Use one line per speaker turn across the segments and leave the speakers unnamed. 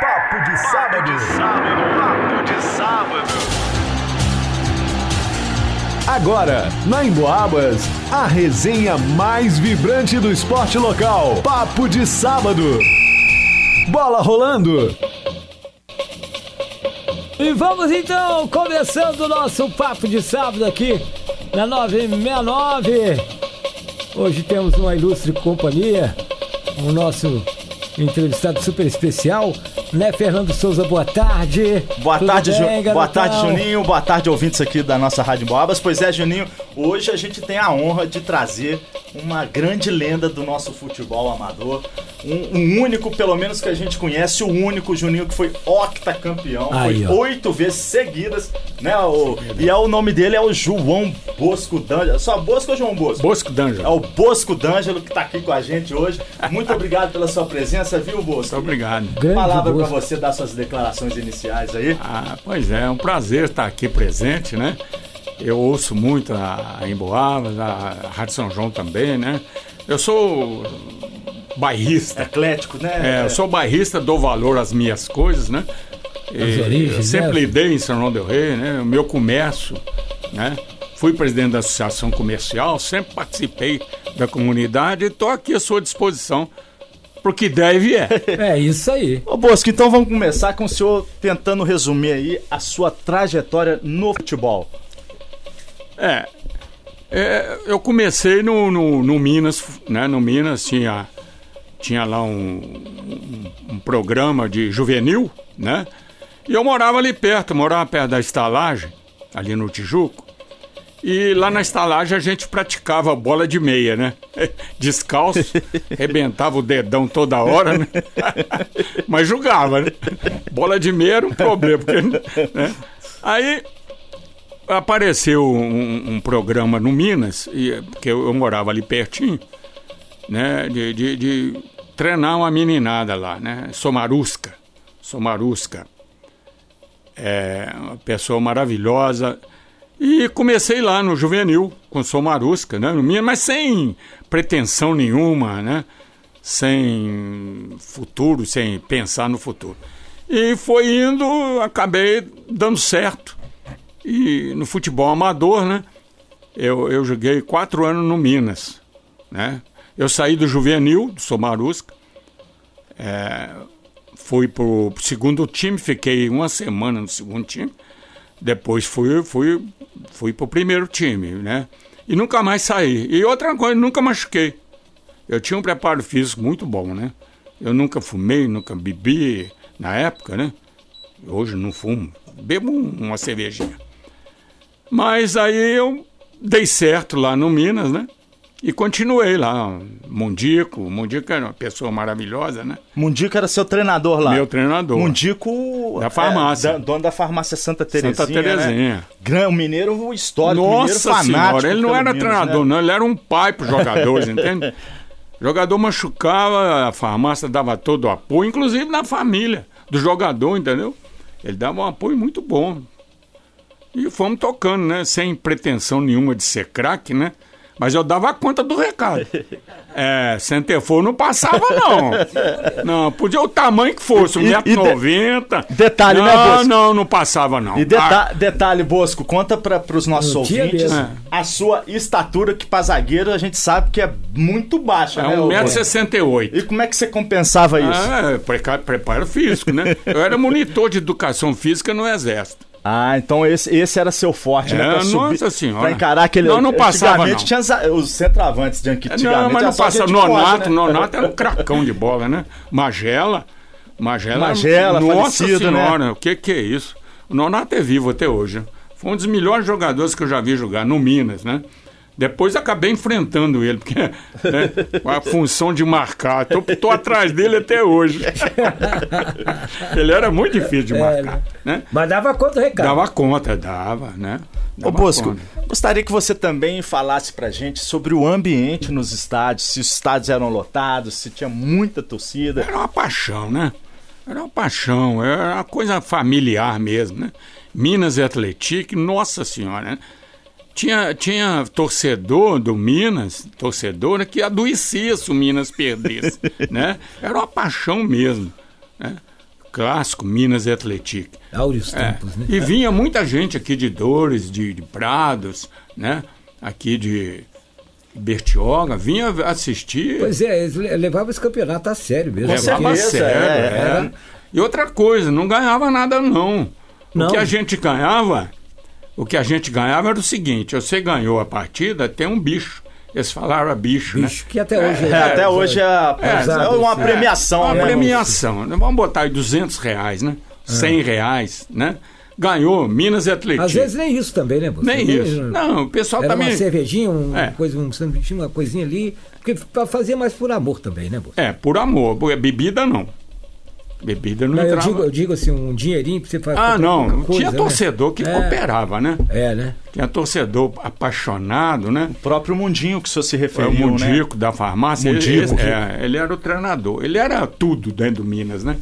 Papo de Sábado.
Sábado, papo de sábado.
Agora, na Emboabas, a resenha mais vibrante do esporte local. Papo de Sábado. Bola rolando.
E vamos então começando o nosso papo de sábado aqui na 969. Hoje temos uma ilustre companhia, o nosso entrevistado super especial, né, Fernando Souza, boa tarde.
Boa
Tudo
tarde, Ju- boa
bem, garotão?
tarde, Juninho. Boa tarde, ouvintes aqui da nossa Rádio Boabas. Pois é, Juninho, hoje a gente tem a honra de trazer uma grande lenda do nosso futebol amador. Um, um único, pelo menos que a gente conhece, o único Juninho que foi octacampeão.
Aí,
foi
ó.
oito vezes seguidas, né? o- e é, o nome dele é o João Bosco D'Angelo. Só Bosco ou João Bosco?
Bosco
É
D'Angelo.
o Bosco D'Angelo que tá aqui com a gente hoje. Muito obrigado pela sua presença, viu, Bosco?
Muito obrigado.
Grande
Palavra para
gosto.
você dar suas declarações iniciais aí.
Ah, pois é, é um prazer estar aqui presente, né? Eu ouço muito a, a Emboabas, a Rádio São João também, né? Eu sou bairrista.
Atlético, né?
É, eu sou bairrista, dou valor às minhas coisas, né? E
origens,
eu sempre
né?
lidei em São João del Rei, né? O meu comércio, né? Fui presidente da associação comercial, sempre participei da comunidade e estou aqui à sua disposição porque deve é.
É isso aí.
Ô Bosco, então vamos começar com o senhor tentando resumir aí a sua trajetória no futebol.
É, é, eu comecei no, no, no Minas, né? No Minas tinha, tinha lá um, um, um programa de juvenil, né? E eu morava ali perto, morava perto da estalagem, ali no Tijuco. E lá na estalagem a gente praticava bola de meia, né? Descalço, rebentava o dedão toda hora, né? Mas jogava, né? Bola de meia era um problema, porque, né? Aí apareceu um, um programa no Minas, e- porque eu, eu morava ali pertinho, né? De, de- de treinar uma meninada lá, né? Somarusca. Somarusca. É uma pessoa maravilhosa. E comecei lá no juvenil, com Somarusca, né? No Minas, mas sem pretensão nenhuma, né? Sem futuro, sem pensar no futuro. E foi indo, acabei dando certo. E no futebol amador, né? Eu, eu joguei quatro anos no Minas, né? Eu saí do juvenil, do Somarusca, é, fui pro segundo time, fiquei uma semana no segundo time, depois fui, fui, fui pro primeiro time, né? E nunca mais saí. E outra coisa, nunca machuquei. Eu tinha um preparo físico muito bom, né? Eu nunca fumei, nunca bebi na época, né? Hoje não fumo. Bebo um- uma cervejinha. Mas aí eu dei certo lá no Minas, né? E continuei lá. Mundico, Mundico era uma pessoa maravilhosa, né?
Mundico era seu treinador lá.
Meu treinador.
Mundico.
Da farmácia.
é, da- dono da farmácia Santa Terezinha.
Santa Terezinha.
Né? Gran, mineiro histórico, mineiro
Nossa
fanático.
senhora, ele não
pelo
era
Minas,
treinador,
né?
não. Ele era um pai pros jogadores, entende? Jogador machucava, a farmácia dava todo o apoio, inclusive na família do jogador, entendeu? Ele dava um apoio muito bom. E fomos tocando, né? Sem pretensão nenhuma de ser craque, né? Mas eu dava conta do recado. É, Centerfor não passava, não. Não, podia o tamanho que fosse,
E- e de-
1,90m.
Detalhe, né,
não,
Bosco?
não, não passava, não.
E deta- detalhe, Bosco, conta para os nossos
Não tinha
ouvintes
mesmo.
a sua estatura, que pra zagueiro a gente sabe que é muito baixa,
Ah,
né?
é
ô Bosco?
1,68m.
E como é que você compensava isso?
Ah, é, preca- preparo físico, né? Eu era monitor de educação física no Exército.
Ah, então esse, esse era seu forte, né?
É,
Pra subir,
nossa senhora.
Pra encarar aquele...
Não, não passava,
Antigamente
não. É,
tinha za- os centroavantes de antigamente.
Não, mas
era
não
só
passa.
gente
Nonato,
forte, né?
Nonato era um cracão de bola, né? Magela. Magela.
Magela,
nossa
falecido, né?
senhora, o que, que é isso? O Nonato é vivo até hoje. né? Foi um dos melhores jogadores que eu já vi jogar no Minas, né? Depois acabei enfrentando ele, porque né, com a função de marcar. Tô, tô atrás dele até hoje. ele era muito difícil
É,
de marcar, né?
Mas dava conta do recado.
Dava conta, dava, né?
Ô,
Dava
Bosco,
conta.
gostaria que você também falasse pra gente sobre o ambiente nos estádios, se os estádios eram lotados, se tinha muita torcida.
Era uma paixão, né? Era uma paixão, era uma coisa familiar mesmo, né? Minas e Atlético, nossa senhora, né? Tinha, tinha torcedor do Minas, torcedora que adoecia se o Minas perdesse, né? Era uma paixão mesmo, né? clássico Minas e Atlético.
Áureos
É.
tempos, né?
E vinha muita gente aqui de Dores, de, de Prados, né? Aqui de Bertioga, vinha assistir.
Pois é, eles le- levavam esse campeonato a sério mesmo.
Com
levava a
certeza,
sério.
é,
é. E outra coisa, não ganhava nada não.
Não.
O que a gente ganhava, o que a gente ganhava era o seguinte, você ganhou a partida, tem um bicho. Eles falaram bicho,
Bicho,
né?
que até hoje...
É, até hoje é, é,
usado,
uma
sim.
premiação,
É
Uma
um
né?
premiação. né? Vamos botar aí 200 reais, né? 100 reais, né? Ganhou Minas e
é
Atlético.
Às vezes nem isso também, né? Você?
Nem isso. Não, o pessoal tá
Era
também...
uma cervejinha, um,
É.
coisa, um sanduíche, uma coisinha ali. Porque pra fazer mais por amor também, né, moço?
É, por amor. Porque Bebida não. Bebida não,
Não, eu,
entrava.
digo, eu digo assim, um dinheirinho pra você fazer.
Ah, não. Tinha torcedor que
É.
cooperava, né?
É, né?
Tinha torcedor apaixonado, né?
O próprio Mundinho que o senhor se
É
referiu,
o
né?
Mundico da farmácia. Ele-
Mundico,
Ele, é, ele era o treinador. Ele era tudo dentro do Minas, né?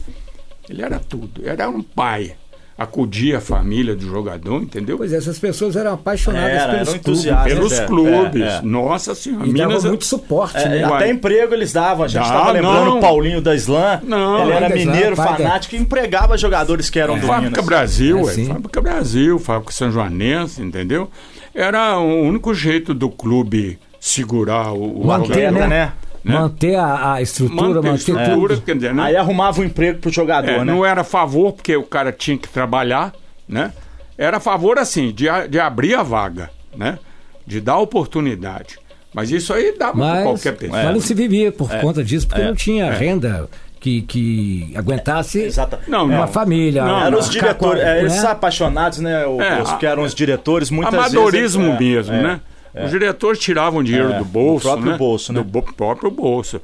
Ele era tudo. Era um pai. Acudia a família do jogador, entendeu?
Pois é, essas pessoas eram apaixonadas
Era,
pelos
eram
clubes. né?
entusiastas.
Pelos
é,
clubes.
é, é.
Nossa senhora.
E dava
Minas é-
muito suporte,
É,
né?
Uai.
até emprego eles davam, a gente
Ah,
estava lembrando
não.
o Paulinho da Islã.
Não.
ele era
Da Islã,
mineiro,
pai da-
fanático, e empregava jogadores que eram do
É. Fábrica
Minas.
Brasil,
É,
é,
sim.
Fábrica Brasil, Fábrica São Joanense, entendeu? Era o único jeito do clube segurar o, o
Manter,
atleta,
Atleta,
né?
né?
né?
Manter a, a estrutura,
Manter
manter,
a estrutura,
tudo.
quer dizer, né?
Aí arrumava um emprego pro jogador,
É,
né?
Não era a favor, porque o cara tinha que trabalhar, né? Era a favor, assim, de, a- de abrir a vaga, né? De dar oportunidade. Mas isso aí dava pra
Mas,
qualquer pessoa.
mas não se vivia por conta disso, porque
É.
não tinha renda que, que aguentasse
Exata.
Não,
uma
não.
família.
Não,
uma-
Eram os
ficar com
diretores,
a-
é,
né?
eles apaixonados, né? O,
É,
os que eram os diretores, muitas
Amadorismo
vezes. é,
mesmo,
é,
né?
é.
Os diretores tiravam dinheiro
É,
do bolso.
do próprio bolso, né?
Do bo- próprio bolso.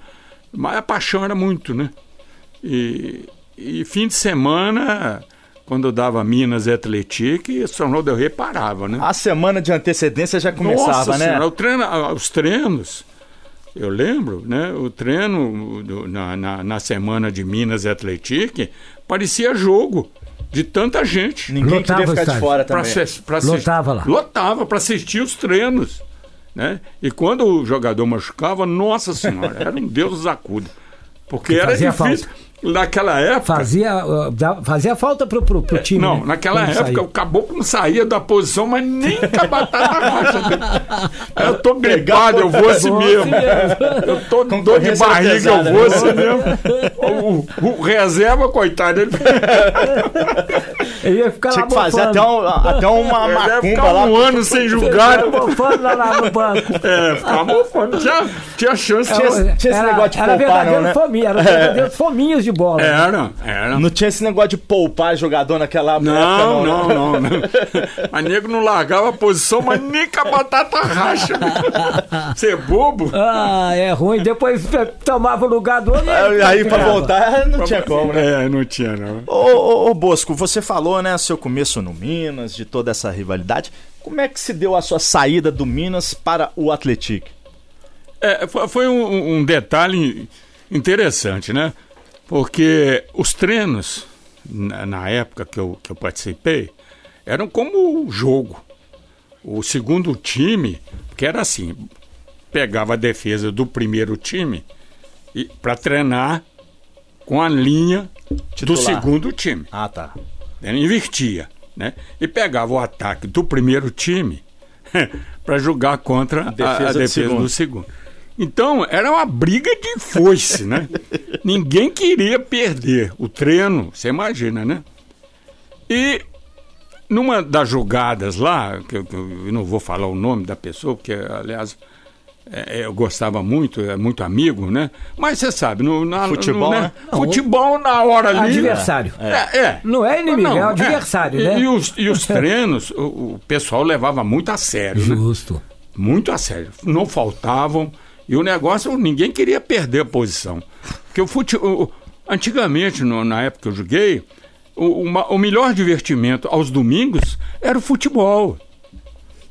Mas a paixão era muito, né? E, e fim de semana, quando eu dava Minas e Atlético, e São Paulo Del Rey parava, né?
A semana de antecedência já Ah, começava,
Nossa
né?
Senhora, o treino, ah, os treinos, eu lembro, né? O treino do- na, na, na semana de Minas e Atlético parecia jogo de tanta gente
Ninguém
Lotava
queria
o
ficar de
estádio.
fora
para
também.
assistir.
Lotava lá.
Lotava para assistir os treinos. Né? E quando o jogador machucava, nossa senhora, era um Deus nos acuda. Porque era
fazia
difícil. Naquela época.
Fazia, uh, dava- fazia falta pro, pro, pro time.
É, Não,
né?
naquela
Quando
época
saía.
o caboclo não saía da posição, mas nem com a batata roxa. Eu tô gripado, eu vou assim mesmo. Eu tô com dor de
Concorrência era
barriga,
pesada,
eu vou
né?
assim mesmo. O, o- o reserva, coitado, ele
Ele ia ficar
Tinha
lá
que fazer
bofando.
até, um- até uma
ele deve
macumba
ficar
lá.
um ano sem julgar. né?
né?
Ficava bofando lá, lá no banco.
É, ficava mofando. Tinha, tinha chance.
Tinha-
Tinha...
tinha esse negócio de
era
poupar,
verdadeiro
não, né? É.
fominha, era verdadeiros fominhos de bola.
Era, era.
Não tinha esse negócio de poupar jogador naquela época,
Não,
né?
não, não, não. Mas nego não largava a posição, mas nem com a batata racha. Você é bobo?
Ah, é ruim. Depois eh, tomava o lugar do outro.
Aí, aí pra
ficava.
voltar não tinha como, né?
É, não tinha, não.
Ô, ô, ô, Bosco, você falou, né, seu começo no Minas, de toda essa rivalidade. Como é que se deu a sua saída do Minas para o Atlético?
É, fo- foi um, um detalhe interessante, né? Porque os treinos, na, na época que eu, que eu participei, eram como o jogo. O segundo time, que era assim, pegava a defesa do primeiro time para treinar com a linha do
Titular.
segundo time
Ah, tá.
né? invertia, né? E pegava o ataque do primeiro time para jogar contra a- a,
Defesa do
defesa
segundo.
do segundo. Então, era uma briga de foice, né? Ninguém queria perder o treino, você imagina, né? E numa das jogadas lá, que eu, que eu não vou falar o nome da pessoa, porque, aliás, é, eu gostava muito, é muito amigo, né? Mas você sabe, no, na- no-
Futebol, né?
Futebol na hora ali.
Adversário.
É, é.
Não é inimigo, é um adversário,
E-
né?
E, os, e os treinos, o, o pessoal levava muito a sério, né?
Justo.
Muito a sério. Não faltavam. E o negócio, ninguém queria perder a posição. Porque o futebol. Antigamente, no- na época que eu joguei, o, o ma- o melhor divertimento aos domingos era o futebol.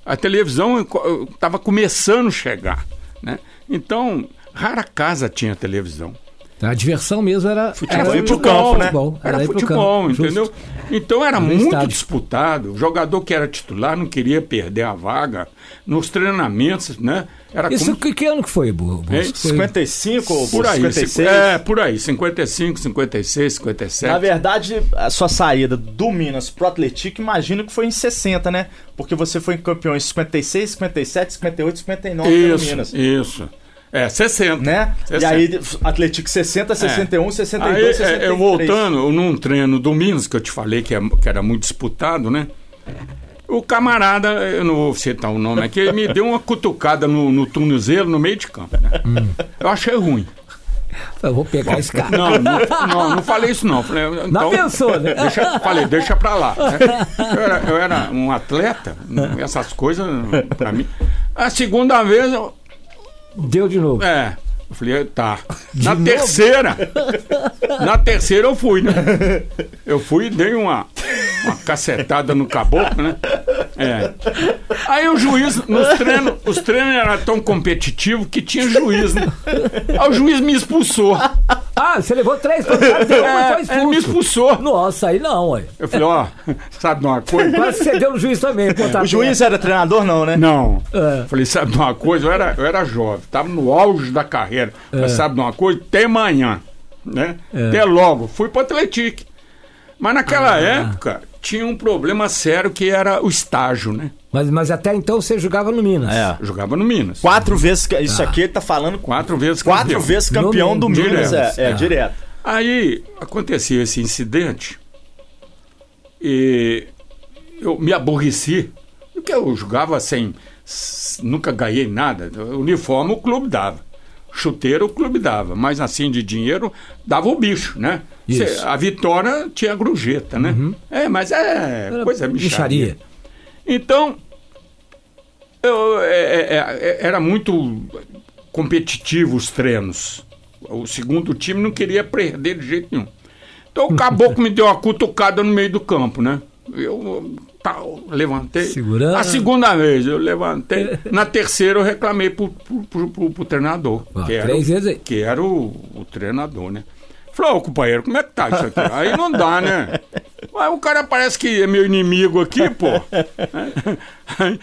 A televisão eh, estava começando a chegar. Né? Então, rara casa tinha televisão.
A diversão mesmo era
Futebol
era
ir pro campo, né?
futebol,
Era,
ir pro
futebol,
campo,
entendeu?
justo.
Então era
No
muito
estádio.
disputado. O jogador que era titular não queria perder a vaga. Nos treinamentos, né? Era
Isso
como...
que, que ano que foi, Bu- Bu-
É,
Foi-
55 ou
Por aí,
56?
é, por aí, 55, 56, 57.
Na verdade, a sua saída do Minas pro Atlético, imagino que foi em 60, né? Porque você foi campeão em 56, 57, 58, 59 pelo
isso,
Minas.
isso. É, 60.
Né?
60.
E aí, Atlético 60, 61, 62,
Aí, é,
63.
eu voltando num treino do Minas, que eu te falei que, é- que era muito disputado, né? O camarada, eu não vou citar o nome aqui, ele me deu uma cutucada no, no tornozelo no meio de campo, né? Eu achei ruim.
tá- Eu vou pegar esse cara.
Não, não, não, não falei isso não. Falei, então,
Não pensou, né?
deixa- falei, deixa pra lá. né? Eu era, eu era um atleta, essas coisas, pra mim. A segunda vez, eu-
Deu de novo.
é. Eu falei, tá. na terceira. na terceira eu fui, né? Eu fui e dei uma, uma cacetada no caboclo, né? É. Aí o juiz, nos treinos, os treinos eram tão competitivos que tinha juiz, né? Aí o juiz me expulsou.
Ah, você levou três pancadas, deu uma e foi
É, ele me
expulso.
expulsou.
Nossa, aí não,
É,
ué.
Eu falei, ó, sabe de uma coisa?
Quase você deu no juiz também.
O juiz era treinador, não, né?
Não.
É.
Falei, sabe de uma coisa? Eu era, eu era jovem, tava no auge da carreira. Mas sabe de uma coisa? Até amanhã, né? Até logo. Fui pro Atlético. Mas naquela época tinha um problema sério que era o estágio, né?
Mas, mas até então você jogava no Minas.
É.
Eu jogava no Minas.
Quatro vezes, ca- isso aqui ele tá falando quatro,
Quatro vezes Ah. campeão.
vezes campeão do
No
Minas,
Minas.
é, é,
É.
direto.
Aí aconteceu esse incidente e eu me aborreci, porque eu jogava sem. s- Nunca ganhei nada. Uniforme o clube dava. Chuteiro o clube dava. Mas assim de dinheiro dava o bicho, né? Cê-
Isso.
a vitória tinha grujeta, né? É, mas é
Era
coisa bicharia.
bicharia.
Então, eu, é, é, é, era muito competitivo os treinos. O segundo time não queria perder de jeito nenhum. Então o caboclo me deu uma cutucada no meio do campo, né? Eu tal, levantei.
Segurando.
A segunda vez eu levantei. Na terceira eu reclamei pro, pro, pro- pro- pro treinador.
Ó,
que era
Ah, três
o-
vezes aí.
Que era o, o treinador, né? Falei, ô companheiro, como é que tá isso aqui? Aí não dá, né? Mas o cara parece que é meu inimigo aqui, pô. Aí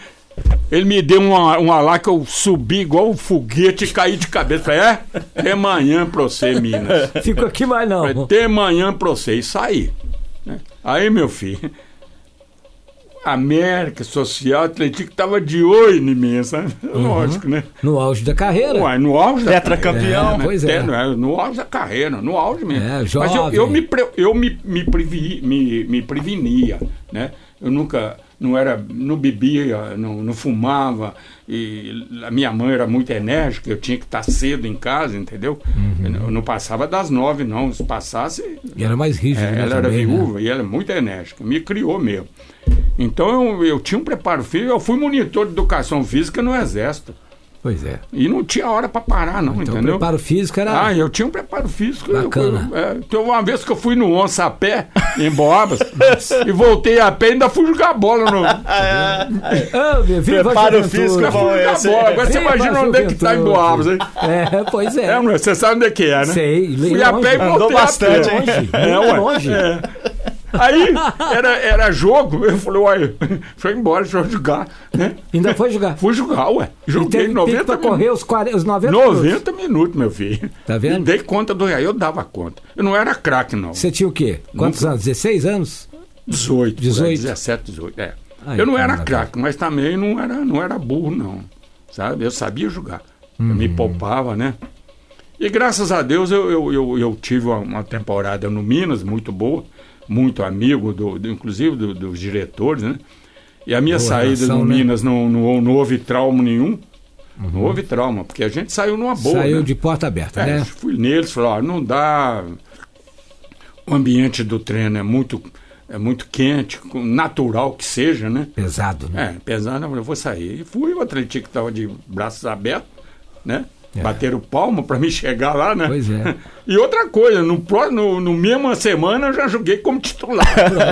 Ele me deu uma, uma lá que eu subi igual um foguete e caí de cabeça. Falei, é? Até amanhã pra você, Minas.
Fico aqui mais não.
Falei, até amanhã pra você. E saí. né? Aí, meu filho, América Social Atlético tava de olho em mim, sabe?
Uhum.
Lógico, né?
No auge da carreira.
Ué, no auge da
Tetracampeão.
carreira, né?
Pois é.
Até, né? No auge da carreira, no auge mesmo.
É,
Mas eu,
jovem.
eu, me, pre- eu me, me, previ- me- me prevenia, né? Eu nunca, não era, não bebia, não, não fumava. E a minha mãe era muito enérgica, eu tinha que estar cedo em casa, entendeu? Eu não passava das nove, não. Se passasse,
Uhum. E era mais rígido.
é,
né,
ela era
também, né?
viúva e ela é muito enérgica, me criou mesmo. Então eu, eu tinha um preparo físico, eu fui monitor de educação física no Exército.
Pois é.
E não tinha hora pra parar, não,
Então
entendeu?
o preparo físico era.
Ah, eu tinha um preparo físico. eu-
Bacana.
eu- é, teve uma vez que eu fui no onça a pé, em Boabas, e voltei a pé e ainda fui jogar bola. No... Ainda
Ah, meu, viva
Preparo
a juventude.
físico, bom.
fui jogar
esse-
bola. Agora você
Viva a
imagina onde é que tá em
juventude.
Boabas, hein?
É, pois é.
É, não é? Você sabe onde é que é, né?
Sei,
Fui
longe.
a pé e voltei
Andou
a
bastante,
pé.
hein?
É,
Muito
ué.
longe.
É. Aí era, era jogo, eu falei, uai, deixa eu ir embora, deixa eu jogar. Né?
Ainda foi jogar.
Fui jogar, ué. Joguei
Teve pique
90
pra
minutos.
correr os, 40, os 90 minutos.
90 minutos, meu filho.
Tá vendo?
E dei conta do real. Eu dava conta. Eu não era craque, não.
Você tinha o quê? Quantos anos? 16 anos?
18.
18.
17, 18. É.
Ah,
eu não
então,
era
maravilha.
craque, mas também não era, não era burro, não. Sabe? Eu sabia jogar. Eu
Uhum.
me poupava, né? E graças a Deus eu, eu, eu, eu tive uma, uma temporada no Minas muito boa, muito amigo, do, do- inclusive do- dos diretores, né? E a minha
Boa
saída
relação,
no
né? Uhum.
Minas não, não, não houve trauma nenhum. Não houve trauma, porque a gente saiu numa boa.
Saiu
né?
de porta aberta,
É,
né?
Fui neles, falei, ó, não dá. O ambiente do treino é muito, é muito quente, com- natural que seja, né?
Pesado, né?
É, pesado, eu falei, vou sair. E fui, o Atlético estava de braços abertos, né? Bateram palma para me chegar lá, né?
Pois é.
E outra coisa, no, pró- no, no mesma semana eu já joguei como titular.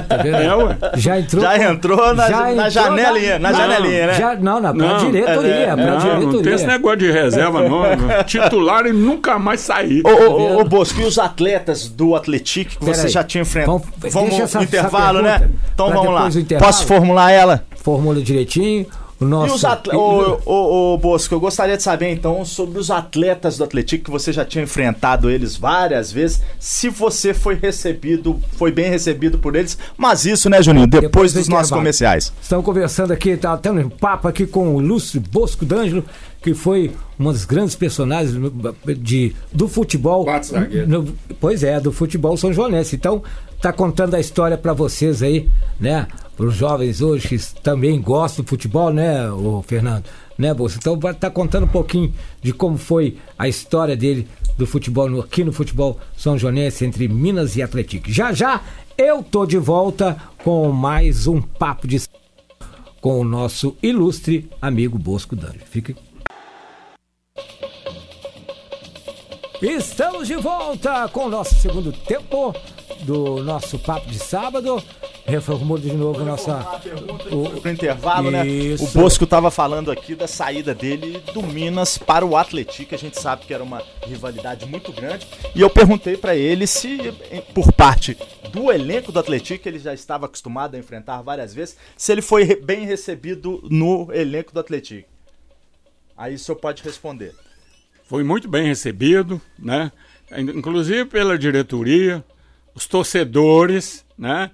Tá vendo?
É, ué.
Já entrou.
Já entrou na,
Já
na
entrou
janelinha, na,
na-
janelinha, né?
Já, não, na pra
Não, é,
diretoria. pra
Não,
diretoria.
não tem esse negócio de reserva, não. né? Titular e nunca mais sair.
Ô, ô, ô, ô, Bosco, e os atletas do Atlético que
Tá Pera
você
aí.
já tinha enfrentado?
Vamos-
Vamos,
deixa essa-
intervalo,
essa
né?
pergunta
Então
pra
vamos lá.
depois do intervalo.
Posso formular ela?
Formula direitinho. O nosso...
E os atletas. Ô, ô, ô, Bosco, eu gostaria de saber então sobre os atletas do Atlético que você já tinha enfrentado eles várias vezes. Se você foi recebido, foi bem recebido por eles. Mas isso, né, Juninho? Depois,
Depois do
dos nossos
intervalo.
comerciais.
Estamos conversando aqui, tá tendo um papo aqui com o Lúcio Bosco D'Angelo, que foi uma das grandes personagens no- de, do futebol.
Quatro zagueiros.
No- pois é, do futebol São Joanense. Então, tá contando a história para vocês aí, né? Para os jovens hoje que s- também gostam do futebol, né, o Fernando? Né, Bolsa? Então, vai tá contando um pouquinho de como foi a história dele do futebol, no- aqui no futebol São Joanense, entre Minas e Atlético. Já, já, eu tô de volta com mais um papo de com o nosso ilustre amigo Bosco D'Angelo. Fique Estamos de volta com o nosso segundo tempo do nosso papo de sábado. Reformou de novo a nossa. o-
Pro intervalo, né?
Isso.
O Bosco tava falando aqui da saída dele do Minas para o Atlético. A gente sabe que era uma rivalidade muito grande. E eu perguntei para ele se, eh, por parte do elenco do Atlético, ele já estava acostumado a enfrentar várias vezes, se ele foi re- bem recebido no elenco do Atlético. Aí o senhor pode responder.
Foi muito bem recebido, né? In- Inclusive pela diretoria, os torcedores, né?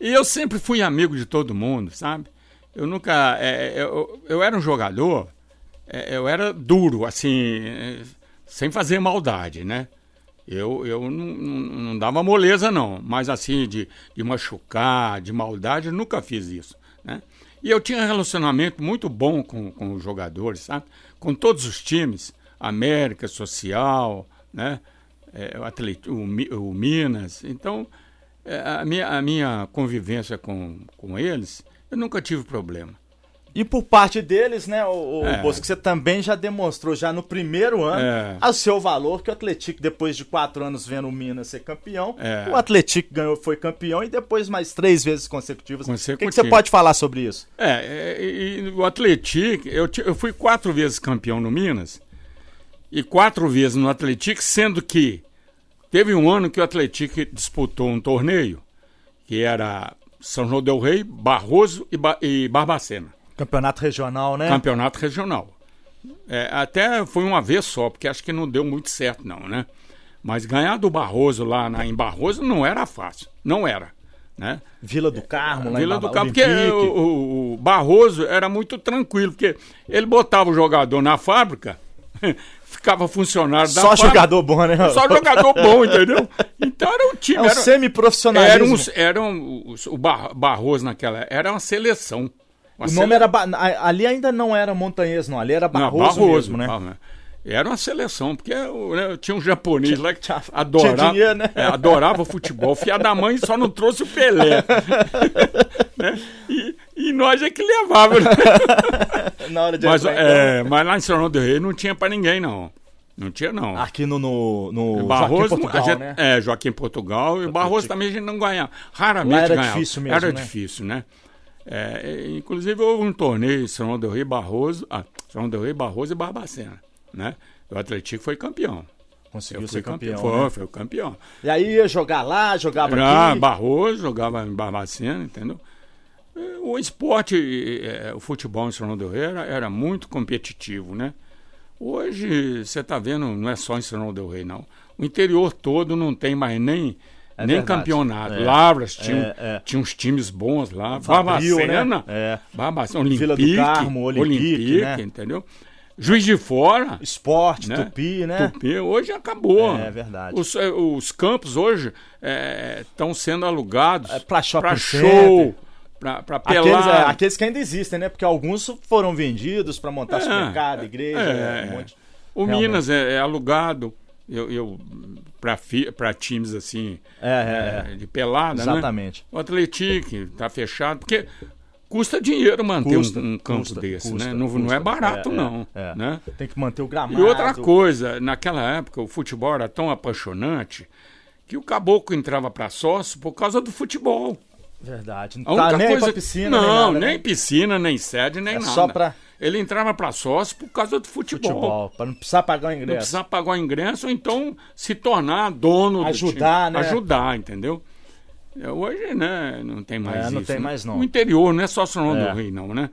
E eu sempre fui amigo de todo mundo, sabe? Eu nunca. é, é, eu, eu era um jogador, é, eu era duro, assim, é, sem fazer maldade, né? Eu, eu não, não- não dava moleza, não. Mas assim, de, de machucar, de maldade, eu nunca fiz isso. Né? E eu tinha um relacionamento muito bom com, com os jogadores, sabe? Com todos os times. América, Social, né? É, o, Atlet- o Mi- o Minas. Então, é, a, minha, a minha convivência com, com eles, eu nunca tive problema.
E por parte deles, né, o, o
É.
Bosco, você também já demonstrou já no primeiro ano
É.
ao seu valor, que o Atlético, depois de quatro anos vendo o Minas ser campeão,
É.
o Atlético ganhou, foi campeão e depois mais três vezes consecutivas. O que,
Consecutivo.
que você pode falar sobre isso?
É, e, e o Atlético, eu, ti- eu fui quatro vezes campeão no Minas e quatro vezes no Atlético, sendo que teve um ano que o Atlético disputou um torneio que era São João del Rei, Barroso e, Ba- e Barbacena,
Campeonato regional, né?
campeonato regional. É, até foi uma vez só, porque acho que não deu muito certo não, né? Mas ganhar do Barroso lá na, em Barroso não era fácil, não era, né?
Vila do Carmo, lá em
Vila do
Barba-
Cabo, porque
Olympique.
o, o- o Barroso era muito tranquilo, porque ele botava o jogador na fábrica, ficava funcionário da
Só
fábrica,
jogador bom, né?
só jogador bom, entendeu? Então era um time,
É um
era,
semi-profissionalismo.
era, um, era um- os- o Bar- Barroso naquela era uma seleção. Uma
O
sele-
nome era... Ba- a- Ali ainda não era Montanhês, não. Ali era
Não,
Barroso, mesmo, né?
Palma. Era uma seleção, porque né, tinha um japonês lá que
tinha-
adorava,
tinha dinheiro, né?
é, adorava futebol. Fia da mãe só não trouxe o Pelé. Né? e, e nós é que levava. né?
Na hora de
Mas,
entrar,
é, mas lá em São João do Rei não tinha pra ninguém, não. Não tinha, não.
então, Aqui no, no, no
Barroso,
Joaquim Portugal,
a gente-
né?
é, Joaquim Portugal e Barroso também a gente não ganhava. Raramente
Lá era
ganhava.
difícil mesmo,
Era
né?
difícil, né? É, e- inclusive houve um torneio em São João do Rei Barroso, ah, São João do Rei Barroso e Barbacena, né? O Atlético foi campeão.
Conseguiu
Eu
ser
fui
campeão.
campeão.
né?
Foi, foi o campeão.
E aí ia jogar lá, jogava
Era
aqui.
Ah, Barroso, jogava em Barbacena, entendeu? Eh, O esporte, eh, o futebol em São João do Rei era, era muito competitivo, né? Hoje, você está vendo, não é só em São João do Rei, não. O interior todo não tem mais nem, nem
verdade.
campeonato.
É.
Lavras tinha, um,
É, é.
tinha uns times bons lá.
Fabril,
Barbacena,
né? É.
Barbacena,
Vila do
Olympique,
Carmo, Olympique,
Olympique,
né?
entendeu? Juiz de Fora,
Esporte,
né?
tupi, né?
Tupi, hoje acabou.
É, verdade.
Os, eh, os campos hoje estão sendo alugados
É, pra shopping
pra
center.
show, pra, pra
Aqueles, é,
pelada.
aqueles que ainda existem, né? Porque alguns foram vendidos pra montar supermercado, igreja,
é.
um monte.
o
realmente.
Minas é, é alugado eu, eu, pra, fi- pra times assim
É, é, é.
eh, de pelada, né?
Exatamente.
O Atlético tá fechado, porque Custa dinheiro manter
Custa,
um, um campo
custa,
desse,
custa,
né? Não, não
custa.
é barato,
É, é,
não.
é.
Né?
Tem que manter o gramado.
E outra coisa, naquela época o futebol era tão apaixonante que o caboclo entrava para sócio por causa do futebol.
Verdade.
A
Não tá
única
nem aí
coisa...
pra piscina,
Não,
nada,
nem,
né?
piscina, nem sede, nem
É
nada.
só pra-
Ele entrava para sócio por causa do futebol.
futebol. Pra não precisar pagar o
Não
ingresso.
precisar pagar o ingresso, ou então se tornar dono
Ajudar,
do time.
né?
Ajudar, entendeu? É, Hoje, né, não tem mais
É, não
isso,
tem
né?
mais, não.
O interior, não é só São João
É.
do Rio, não, né?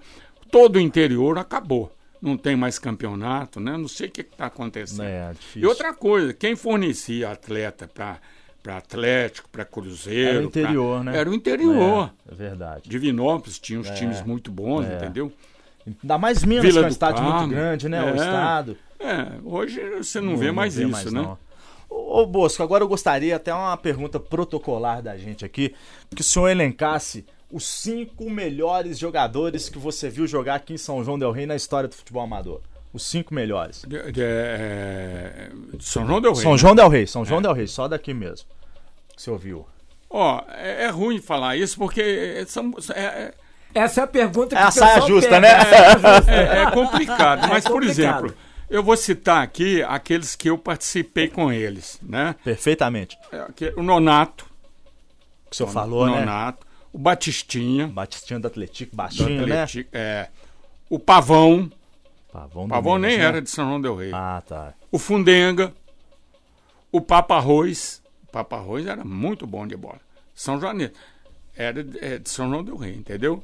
Todo o interior acabou. Não tem mais campeonato, né? Não sei o que está acontecendo.
É, difícil.
E outra coisa, quem fornecia atleta para Atlético, para Cruzeiro...
Era o
pra-
interior, né?
Era o interior.
É, é verdade.
Divinópolis tinha uns times muito bons,
É.
entendeu?
Ainda mais Minas,
Vila
que é um
do
estádio muito
Carmo.
grande, né? O
É.
estado.
É, hoje você não, vê
não
mais isso, né?
não. Ô, ô, Bosco, agora eu gostaria até uma pergunta protocolar da gente aqui, que o senhor elencasse os cinco melhores jogadores que você viu jogar aqui em São João del Rei na história do futebol amador. Os cinco melhores.
De, de- é, de São João Del Rey.
São João del Rei, São
É.
João del Rei, só daqui mesmo. Que o senhor viu.
Ó, é, é ruim falar isso porque é, são- é-
Essa é a pergunta que
É a
o pessoal
saia justa,
pega,
né?
é- é complicado. Mas, por
complicado.
exemplo, eu vou citar aqui aqueles que eu participei com eles, né?
Perfeitamente.
É, que- O Nonato,
Que o senhor falou, né?
Nonato, o Batistinha,
Batistinha do Atlético,
do
baixinho, né?
Atlético, é, o Pavão,
Pavão,
o
do
Pavão
Minas,
nem
né?
era de São João Del Rei,
Ah, tá.
o Fundenga, o Papa Arroz, o Papa Arroz era muito bom de bola, São Joanito, era de- é, de São João Del Rei, entendeu?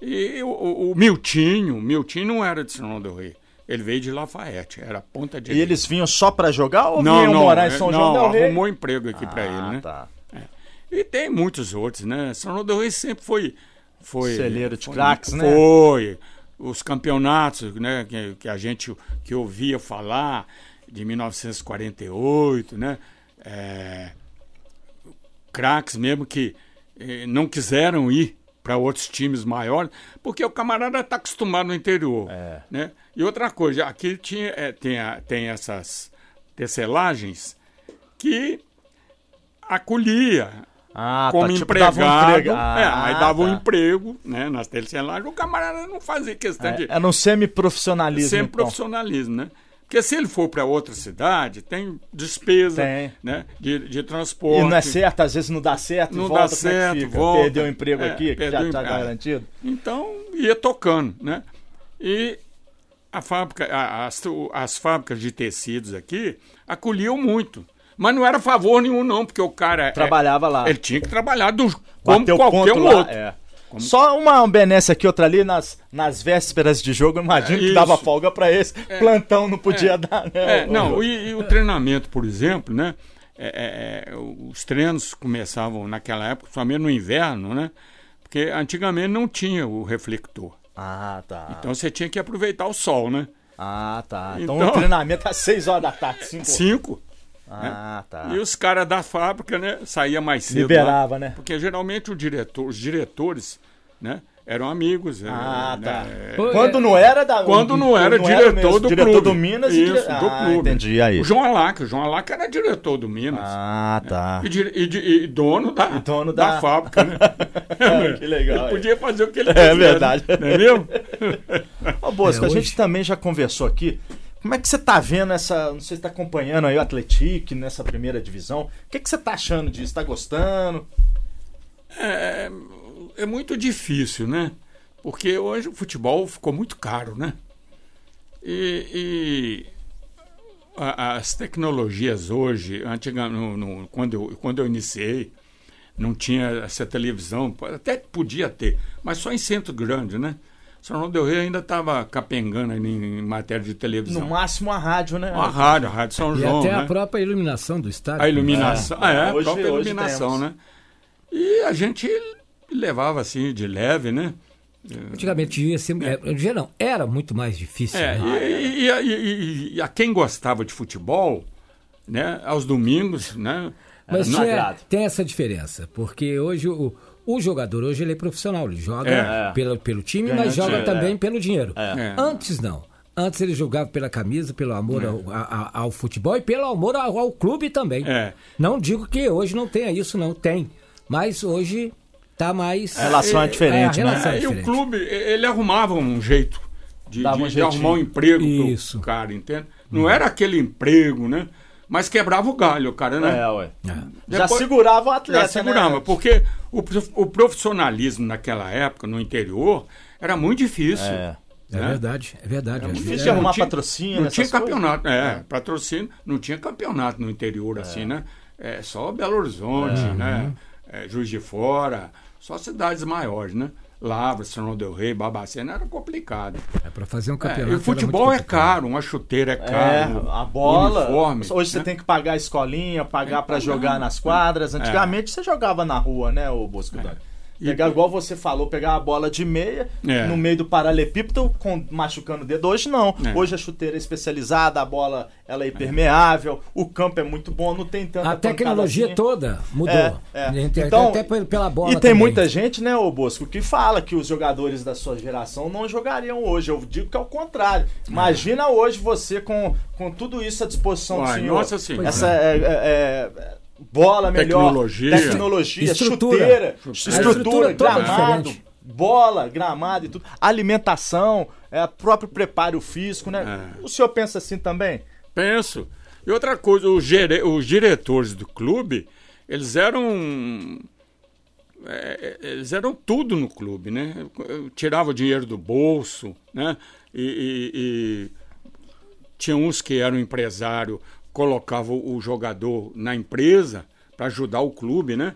E o, o, o Miltinho, o Miltinho não era de São João Del Rei. Ele veio de Lafayette, era ponta de.
E eles vinham só pra jogar ou
não,
vinham
não,
morar em
é,
São
não,
João del Rei?
arrumou emprego aqui pra ele, né?
tá.
E tem muitos outros, né? São João del Rei sempre foi. foi
Celeiro de
foi-
craques, né?
Foi. Os campeonatos né, que, que a gente que ouvia falar de 1948, né? É, craques mesmo que eh, não quiseram ir para outros times maiores, porque o camarada está acostumado no interior.
É.
Né? E outra coisa, aqui tinha, eh, tem, a- tem essas tecelagens que acolhia
Ah,
como
tá, tipo,
empregado.
dava um emprego.
é, aí dava um
tá.
emprego, né? Nas telecelagens, o camarada não fazia questão de
É, era um semi-profissionalismo.
sem
então.
profissionalismo, né? Porque se ele for para outra cidade, tem despesa
Tem.
Né? De, de
E
transporte.
não é certo, às vezes não dá certo,
Não
volta,
dá
como é que
certo,
fica?
volta.
Perdeu o emprego
É,
aqui, que já
perdeu o
está
emprego.
garantido.
Então ia tocando, né? E a fábrica, a- as, o- as fábricas de tecidos aqui acolhiam muito. Mas não era favor nenhum, não, porque o cara. é-
Trabalhava lá.
ele tinha que trabalhar do, como
Bateu
qualquer
ponto
um
lá,
outro.
é. Só uma benesse aqui, outra ali, nas, nas vésperas de jogo, eu imagino
É
que
isso.
dava folga pra esse. Plantão não podia dar, né? ô-
É, não,
ô-
e, e o treinamento, por exemplo, né? é, é, é, os treinos começavam naquela época, somente no inverno, né? Porque antigamente não tinha o reflector.
Ah, tá.
Então você tinha que aproveitar o sol, né?
Ah, tá. Então,
Então-
o treinamento às 6 horas da tarde, 5
Cinco.
Ah, tá.
Né? E os caras da fábrica, né? Saía mais cedo.
Liberava,
lá,
né?
Porque geralmente o diretor, os diretores, né? Eram amigos.
Ah,
né,
tá.
é,
Pô,
Quando não era da
Quando não era diretor
mesmo,
do
diretor
clube.
do Minas e
Isso,
dire-
do
ah,
clube.
entendi aí.
O João Alaca. O João Alaca era diretor do Minas.
Ah, tá.
E, dire- e di- e dono da,
dono da-
fábrica, né?
que legal,
Ele
é.
podia fazer o que ele
É
quisesse,
verdade.
Não é mesmo?
Ô, Bosco,
É,
a
hoje-
gente também já conversou aqui. Como é que você tá vendo essa. Não sei se tá acompanhando aí o Atlético nessa primeira divisão. O que, que você tá achando disso? Tá gostando?
É muito difícil, né? Porque hoje o futebol ficou muito caro, né? E, e a- as tecnologias hoje, antiga, no- no- quando, eu, quando eu iniciei, não tinha essa televisão, até podia ter, mas só em centro grande, né? São João Del Rey ainda estava capengando aí em, em matéria de
No
televisão.
máximo a rádio, né?
A rádio, a Rádio São
E
João.
até
né?
a própria iluminação do estádio.
A iluminação. Ah, é,
Hoje-
a própria
hoje
iluminação,
temos.
né? E a gente levava assim de leve, né?
Antigamente devia ser. É, devia não, era muito mais difícil.
É,
ah,
né?
e, e- e- e- e a quem gostava de futebol, né? Aos domingos, né?
Mas
não-
tinha,
sagrado.
tem essa diferença, porque hoje o, o jogador hoje ele é profissional, ele joga
É.
pelo, pelo time,
Ganhando
mas joga
dinheiro,
também pelo dinheiro.
É.
Antes não. Antes ele jogava pela camisa, pelo amor ao, a- a- ao futebol e pelo amor ao, ao clube também.
É.
Não digo que hoje não tenha isso, não tem. Mas hoje tá mais.
A relação é diferente,
a
né?
relação é
e o
diferente.
clube, ele arrumava um jeito de,
Dava
de-
um
de
jeitinho.
arrumar um emprego
Isso. Uhum.
pro cara, entende? Não era aquele emprego, né? Mas quebrava o galho, cara, né?
É, ué. Já
Depois-
segurava o atleta,
Já segurava,
né?
porque o, prof- o profissionalismo naquela época, no interior, era muito difícil.
É.
É verdade, é verdade. É
difícil
né? É,
de
não
arrumar
tinha-
patrocínio,
Não
essas
tinha
coisas.
campeonato, é, patrocínio, não tinha campeonato no interior assim, né? É só Belo Horizonte,
Uhum.
né? É, Juiz de Fora, só cidades maiores, né? Lavras, São Del Rey, Babacena era complicado.
É pra fazer um
É,
campeonato.
e o
era muito
futebol é
complicado.
caro, uma chuteira é
É,
caro,
a bola.
uniforme.
hoje você
né?
tem que pagar a escolinha, pagar
Tem que
pra
pagar,
jogar
né?
nas quadras. Antigamente você jogava na rua, né, ô Bosco Dória?
É. E-
Pegar, igual você falou, pegar a bola de meia
É.
no meio do paralelepípedo, com- machucando o dedo. Hoje não.
É.
Hoje a chuteira é especializada, a bola ela é impermeável, o campo é muito bom, não tem
né?
tanta
A tecnologia
um.
pancadazinha.
toda mudou.
É, é.
Inter-
Então,
até pe- pela bola.
E tem
também.
muita gente, né, ô Bosco, que fala que os jogadores da sua geração não jogariam hoje. Eu digo que é o contrário. Imagina hoje você com, com tudo isso à disposição do
Uai,
senhor.
nossa senhora.
Essa é, é, é, bola melhor,
Tecnologia.
tecnologia,
Estrutura.
chuteira,
A
estrutura,
estrutura toda é
gramado,
diferente.
bola, gramado e tudo. Alimentação, é, próprio preparo físico, né?
É.
O senhor pensa assim também?
Penso. E outra coisa, os, gere- os diretores do clube, eles eram. é, é, eles eram tudo no clube, né? Eu Tirava o dinheiro do bolso, né? E, e- e tinha uns que eram empresário, colocava o jogador na empresa para ajudar o clube, né?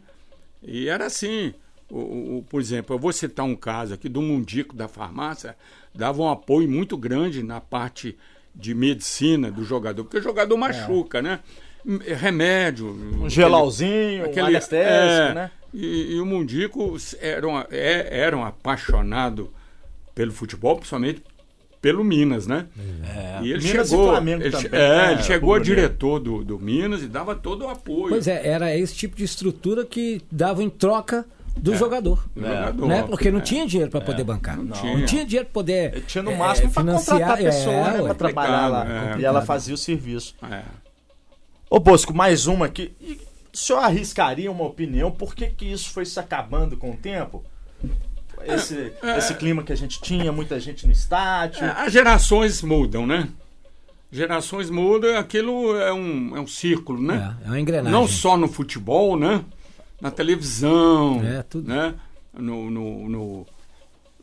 E era assim. O- o- o- por exemplo, eu vou citar um caso aqui do Mundico da farmácia, dava um apoio muito grande na parte de medicina do jogador, porque o jogador machuca, né? M- Remédio.
Um gelauzinho, um anestésico,
é,
né?
E, e o Mundico era, um- é- era um apaixonado pelo futebol, principalmente pelo Minas, né?
É.
E ele
Minas e
chegou,
Flamengo
ele,
também,
che- é,
né,
ele chegou a
Rubro Negro?
diretor do, do Minas e dava todo o apoio.
Pois é, era esse tipo de estrutura que dava em troca do
É.
jogador.
do jogador.
Né? Porque não tinha dinheiro para poder bancar. Não
tinha.
tinha. dinheiro para poder.
Tinha no
eh,
máximo pra
financiar,
contratar a pessoa,
é,
né?
ué.
É, Pra trabalhar lá.
complicado, é.
E ela fazia o serviço.
É.
Ô Bosco, mais uma aqui. E o senhor arriscaria uma opinião por que, que isso foi se acabando com o tempo? Esse, esse clima que a gente tinha, muita gente no estádio.
É, As gerações mudam, né? Gerações mudam, e aquilo é um, é um círculo, né?
É, é uma engrenagem.
Não só no futebol, né? Na televisão,
É, tudo.
né? No, no, no,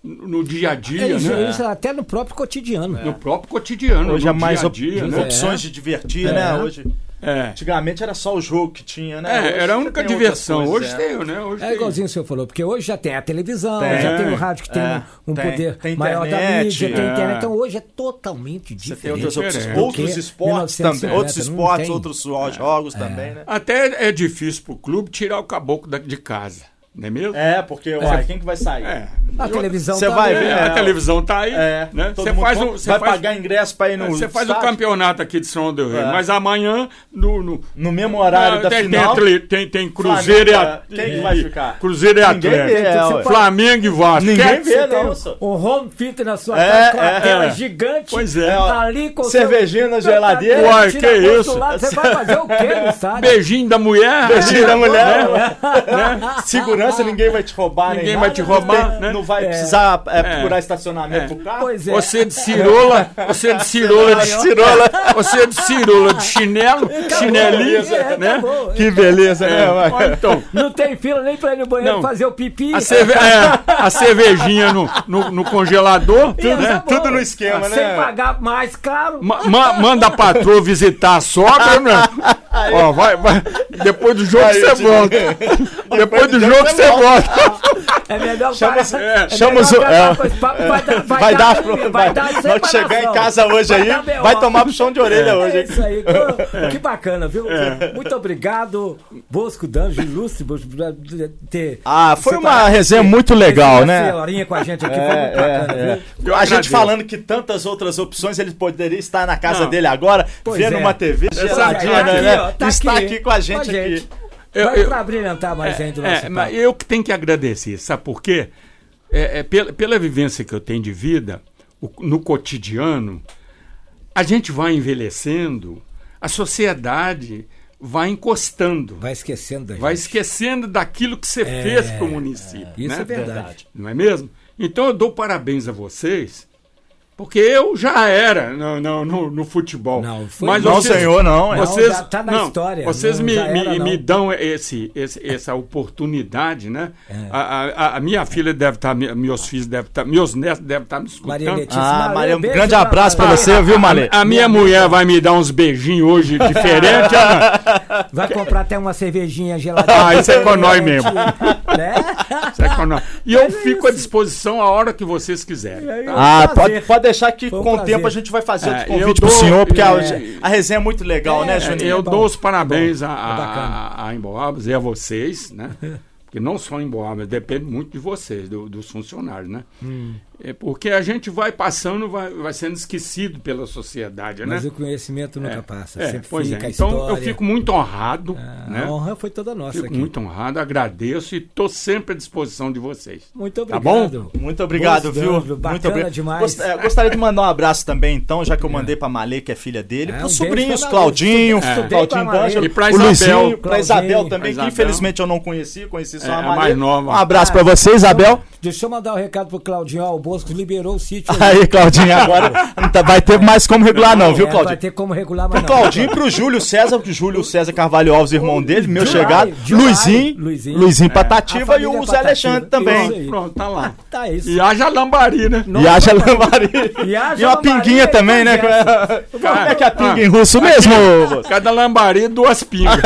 no dia a dia,
É isso,
né?
isso até no próprio cotidiano.
É. No próprio cotidiano,
Hoje
no
é mais
dia a
op-
dia, né?
opções de divertir,
É.
né? Hoje,
É.
antigamente era só o jogo que tinha, né? Hoje
É, era a
você
única
tem outras
diversão.
coisas,
Hoje
é.
tem, né? Hoje
É
tem.
igualzinho o senhor falou, porque hoje já tem a televisão,
Tem.
já tem o rádio que tem
É,
um, um
tem.
poder
Tem
maior da
internet,
mídia, tem
é.
internet. Então hoje é totalmente
Você tem
diferente.
outras opções.
Diferente.
Outros
Porque
esportes também.
1950
Outros
não
esportes,
tem.
outros jo- jogos também, né?
Até é difícil pro clube tirar o caboclo da- de casa, não é mesmo?
É, porque uai, quem que vai sair?
É.
A televisão
Você
tá
vai
aí.
ver,
É,
é,
a televisão tá aí,
É,
né?
todo
Você
mundo
faz
compra,
um, você
vai
faz, é,
pagar ingresso pra ir no
Você faz o
estádio?
campeonato aqui de São Del Rey,
É.
mas amanhã no, no-
No mesmo horário
Ah,
da
tem,
final.
Tem, atli- tem, tem Cruzeiro e
Flamengo, tá-
At-
quem que
e-
vai ficar?
Cruzeiro e
Ninguém vê,
Atlético.
é, ué.
Flamengo e Vasco.
Ninguém
Quer-
vê, né, não.
Tem
só.
um home fit na sua
É,
casa com
é.
a tela
É.
gigante.
Pois é.
Tá Ali com o seu- tá
Cervejinha na geladeira.
Uai,
Tira
que
a foto
isso?
do lado, Você vai fazer o quê no estádio?
Beijinho da mulher.
Beijinho da mulher.
Né? né?
Segurança, ninguém vai te roubar, nem
Ninguém
nada,
vai te roubar,
não,
né?
não vai precisar é, procurar
É.
estacionamento
É.
pro carro.
Pois é.
Você de cirola, você é de cirola, de
Cirola.
você é de cirola, de chinelo, chinelinho,
É,
né?
acabou.
Que beleza, né,
É, ó, então,
Não tem fila nem pra ir no banheiro
Não.
fazer o pipi. né?
a, cerve- é, a cervejinha no, no, no congelador,
E
né?
acabou. Ah,
tudo no esquema, né?
Sem pagar mais caro.
Ma- ma- manda a patroa visitar a sogra, né? Ó, vai, vai. Depois do jogo
Aí,
você
de-
volta. Depois do jogo você volta.
É melhor
Chama-
parar-
é,
melhor
chama os-
acabar
é.
com esse papo, Vai dar, vai
Vai dar,
briga,
pro-
é, vai
vai
dar
Não que chegar em
separação.
casa hoje
Vai
aí,
dar B.O.
vai tomar puxão de orelha hoje. É.
É
hein?
isso aí. Pô, Que bacana, viu? Muito obrigado, Bosco Danjo, ilustre, Bosco, por ter.
Ah, foi uma
separado
resenha
esse-
muito legal,
essa
né?
Senhorinha com a gente aqui,
É,
foi muito bacana,
é, é.
viu?
Eu
A gente
agradeço.
falando que tantas outras opções ele poderia estar na casa
Não.
dele agora,
Pois
vendo
é.
uma TV geladinha,
aqui,
né?
ó, tá
Está
aqui.
aqui, com a gente
Com a
aqui.
gente.
Eu-
Vai
eu-
pra brilhantar mais ainda o nosso
É,
papo.
mas eu que tenho que agradecer, sabe por quê? É, é pela, pela vivência que eu tenho de vida, o- no cotidiano, a gente vai envelhecendo, a sociedade vai encostando, vai,
Vai esquecendo da gente.
esquecendo daquilo que você fez para o município.
Isso
né?
é verdade.
Não é mesmo? Então eu dou parabéns a vocês, porque eu já era no, no, no- no futebol.
Não, foi-
Não,
vocês-
senhor, não. é.
Você-
vocês,
já tá na história,
Vocês
não,
me,
já era,
me-
não.
me dão esse, esse- essa oportunidade, né?
É.
A, a- a minha filha deve estar, meus filhos devem estar, meus netos devem estar me
Maria
escutando. Ah,
Letícia
Ah, Maria, um
beijo
grande
pra
abraço pra
Maria.
você, viu, Malê?
A minha mulher vai me dar uns beijinhos hoje diferente. Ana.
Vai comprar até uma cervejinha gelada.
Ah, isso é com nós mesmo.
Né?
Isso é com nós. E eu
Mas é
fico à
isso.
disposição a hora que vocês
É
quiserem.
Ah,
um Prazer.
pode, pode deixar que
Foi um
com o
prazer.
tempo a gente vai fazer
É,
outro
eu
convite
dou-
pro senhor, porque a,
é.
a resenha é muito legal, né, Juninho?
Eu
tá bom,
dou os parabéns a,
é bacana.
a, a Emboabas e a vocês, né? Porque não só a Emboabas, depende muito de vocês, do- dos funcionários, né?
Hum.
É porque a gente vai passando, vai, vai sendo esquecido pela sociedade,
Mas
né?
o conhecimento nunca passa.
É,
Sempre
pois
fica
é.
a
Então
história.
eu fico muito honrado, né?
A honra foi toda nossa
Fico
aqui.
muito honrado, agradeço e estou sempre à disposição de vocês.
Muito
Tá
obrigado.
Muito obrigado,
Gostando,
viu?
bacana
Muito obrigado.
demais.
Gost- é, gostaria de mandar um abraço também, então, já que eu mandei pra Malê, que é filha dele,
É, um
pros
beijo
sobrinhos,
pra Malê.
Claudinho,
Estudei-
é.
estudei
Claudinho
com a Malê.
D'Angelo,
E pra
o
Isabel.
Luizinho, pra
Claudinho.
Isabel também,
Isabel.
que infelizmente eu não conheci, conheci só
É,
a
a
Malê.
mais nova.
Um abraço pra você, Isabel.
Deixa eu mandar um recado pro Claudinho. Ó, o Bosco liberou o sítio. ali.
Aí, Claudinho, agora não tá- vai ter mais como regular, não, viu,
É, Vai
Claudinho?
ter como regular, mas
Pro
não.
Claudinho e pro Júlio César, que o Júlio César Carvalho Alves, irmão dele, meu
Júlio,
chegado.
Júlio,
Luizinho,
Luizinho.
Luizinho, Patativa
A
e
família
o Zé
Patativa.
Alexandre
Isso
também.
aí.
Pronto, tá lá.
Tá isso.
E haja lambari, né?
E haja lambari.
E haja
E uma
lambari,
pinguinha
é
também, né? Como é que é a pinga em russo mesmo? moço?
Cada lambari, duas pingas.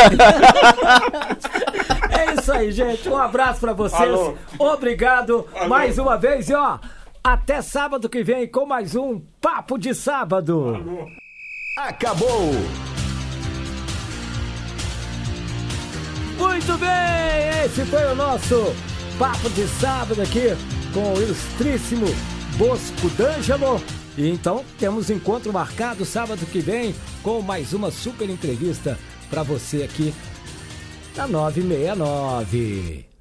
É isso aí, gente. Um abraço pra vocês.
Alô.
Obrigado mais uma vez e ó, até sábado que vem com mais um Papo de Sábado.
Acabou!
Muito bem, esse foi o nosso Papo de Sábado aqui com o ilustríssimo Bosco D'Angelo. E então temos encontro marcado sábado que vem com mais uma super entrevista pra você aqui na 969.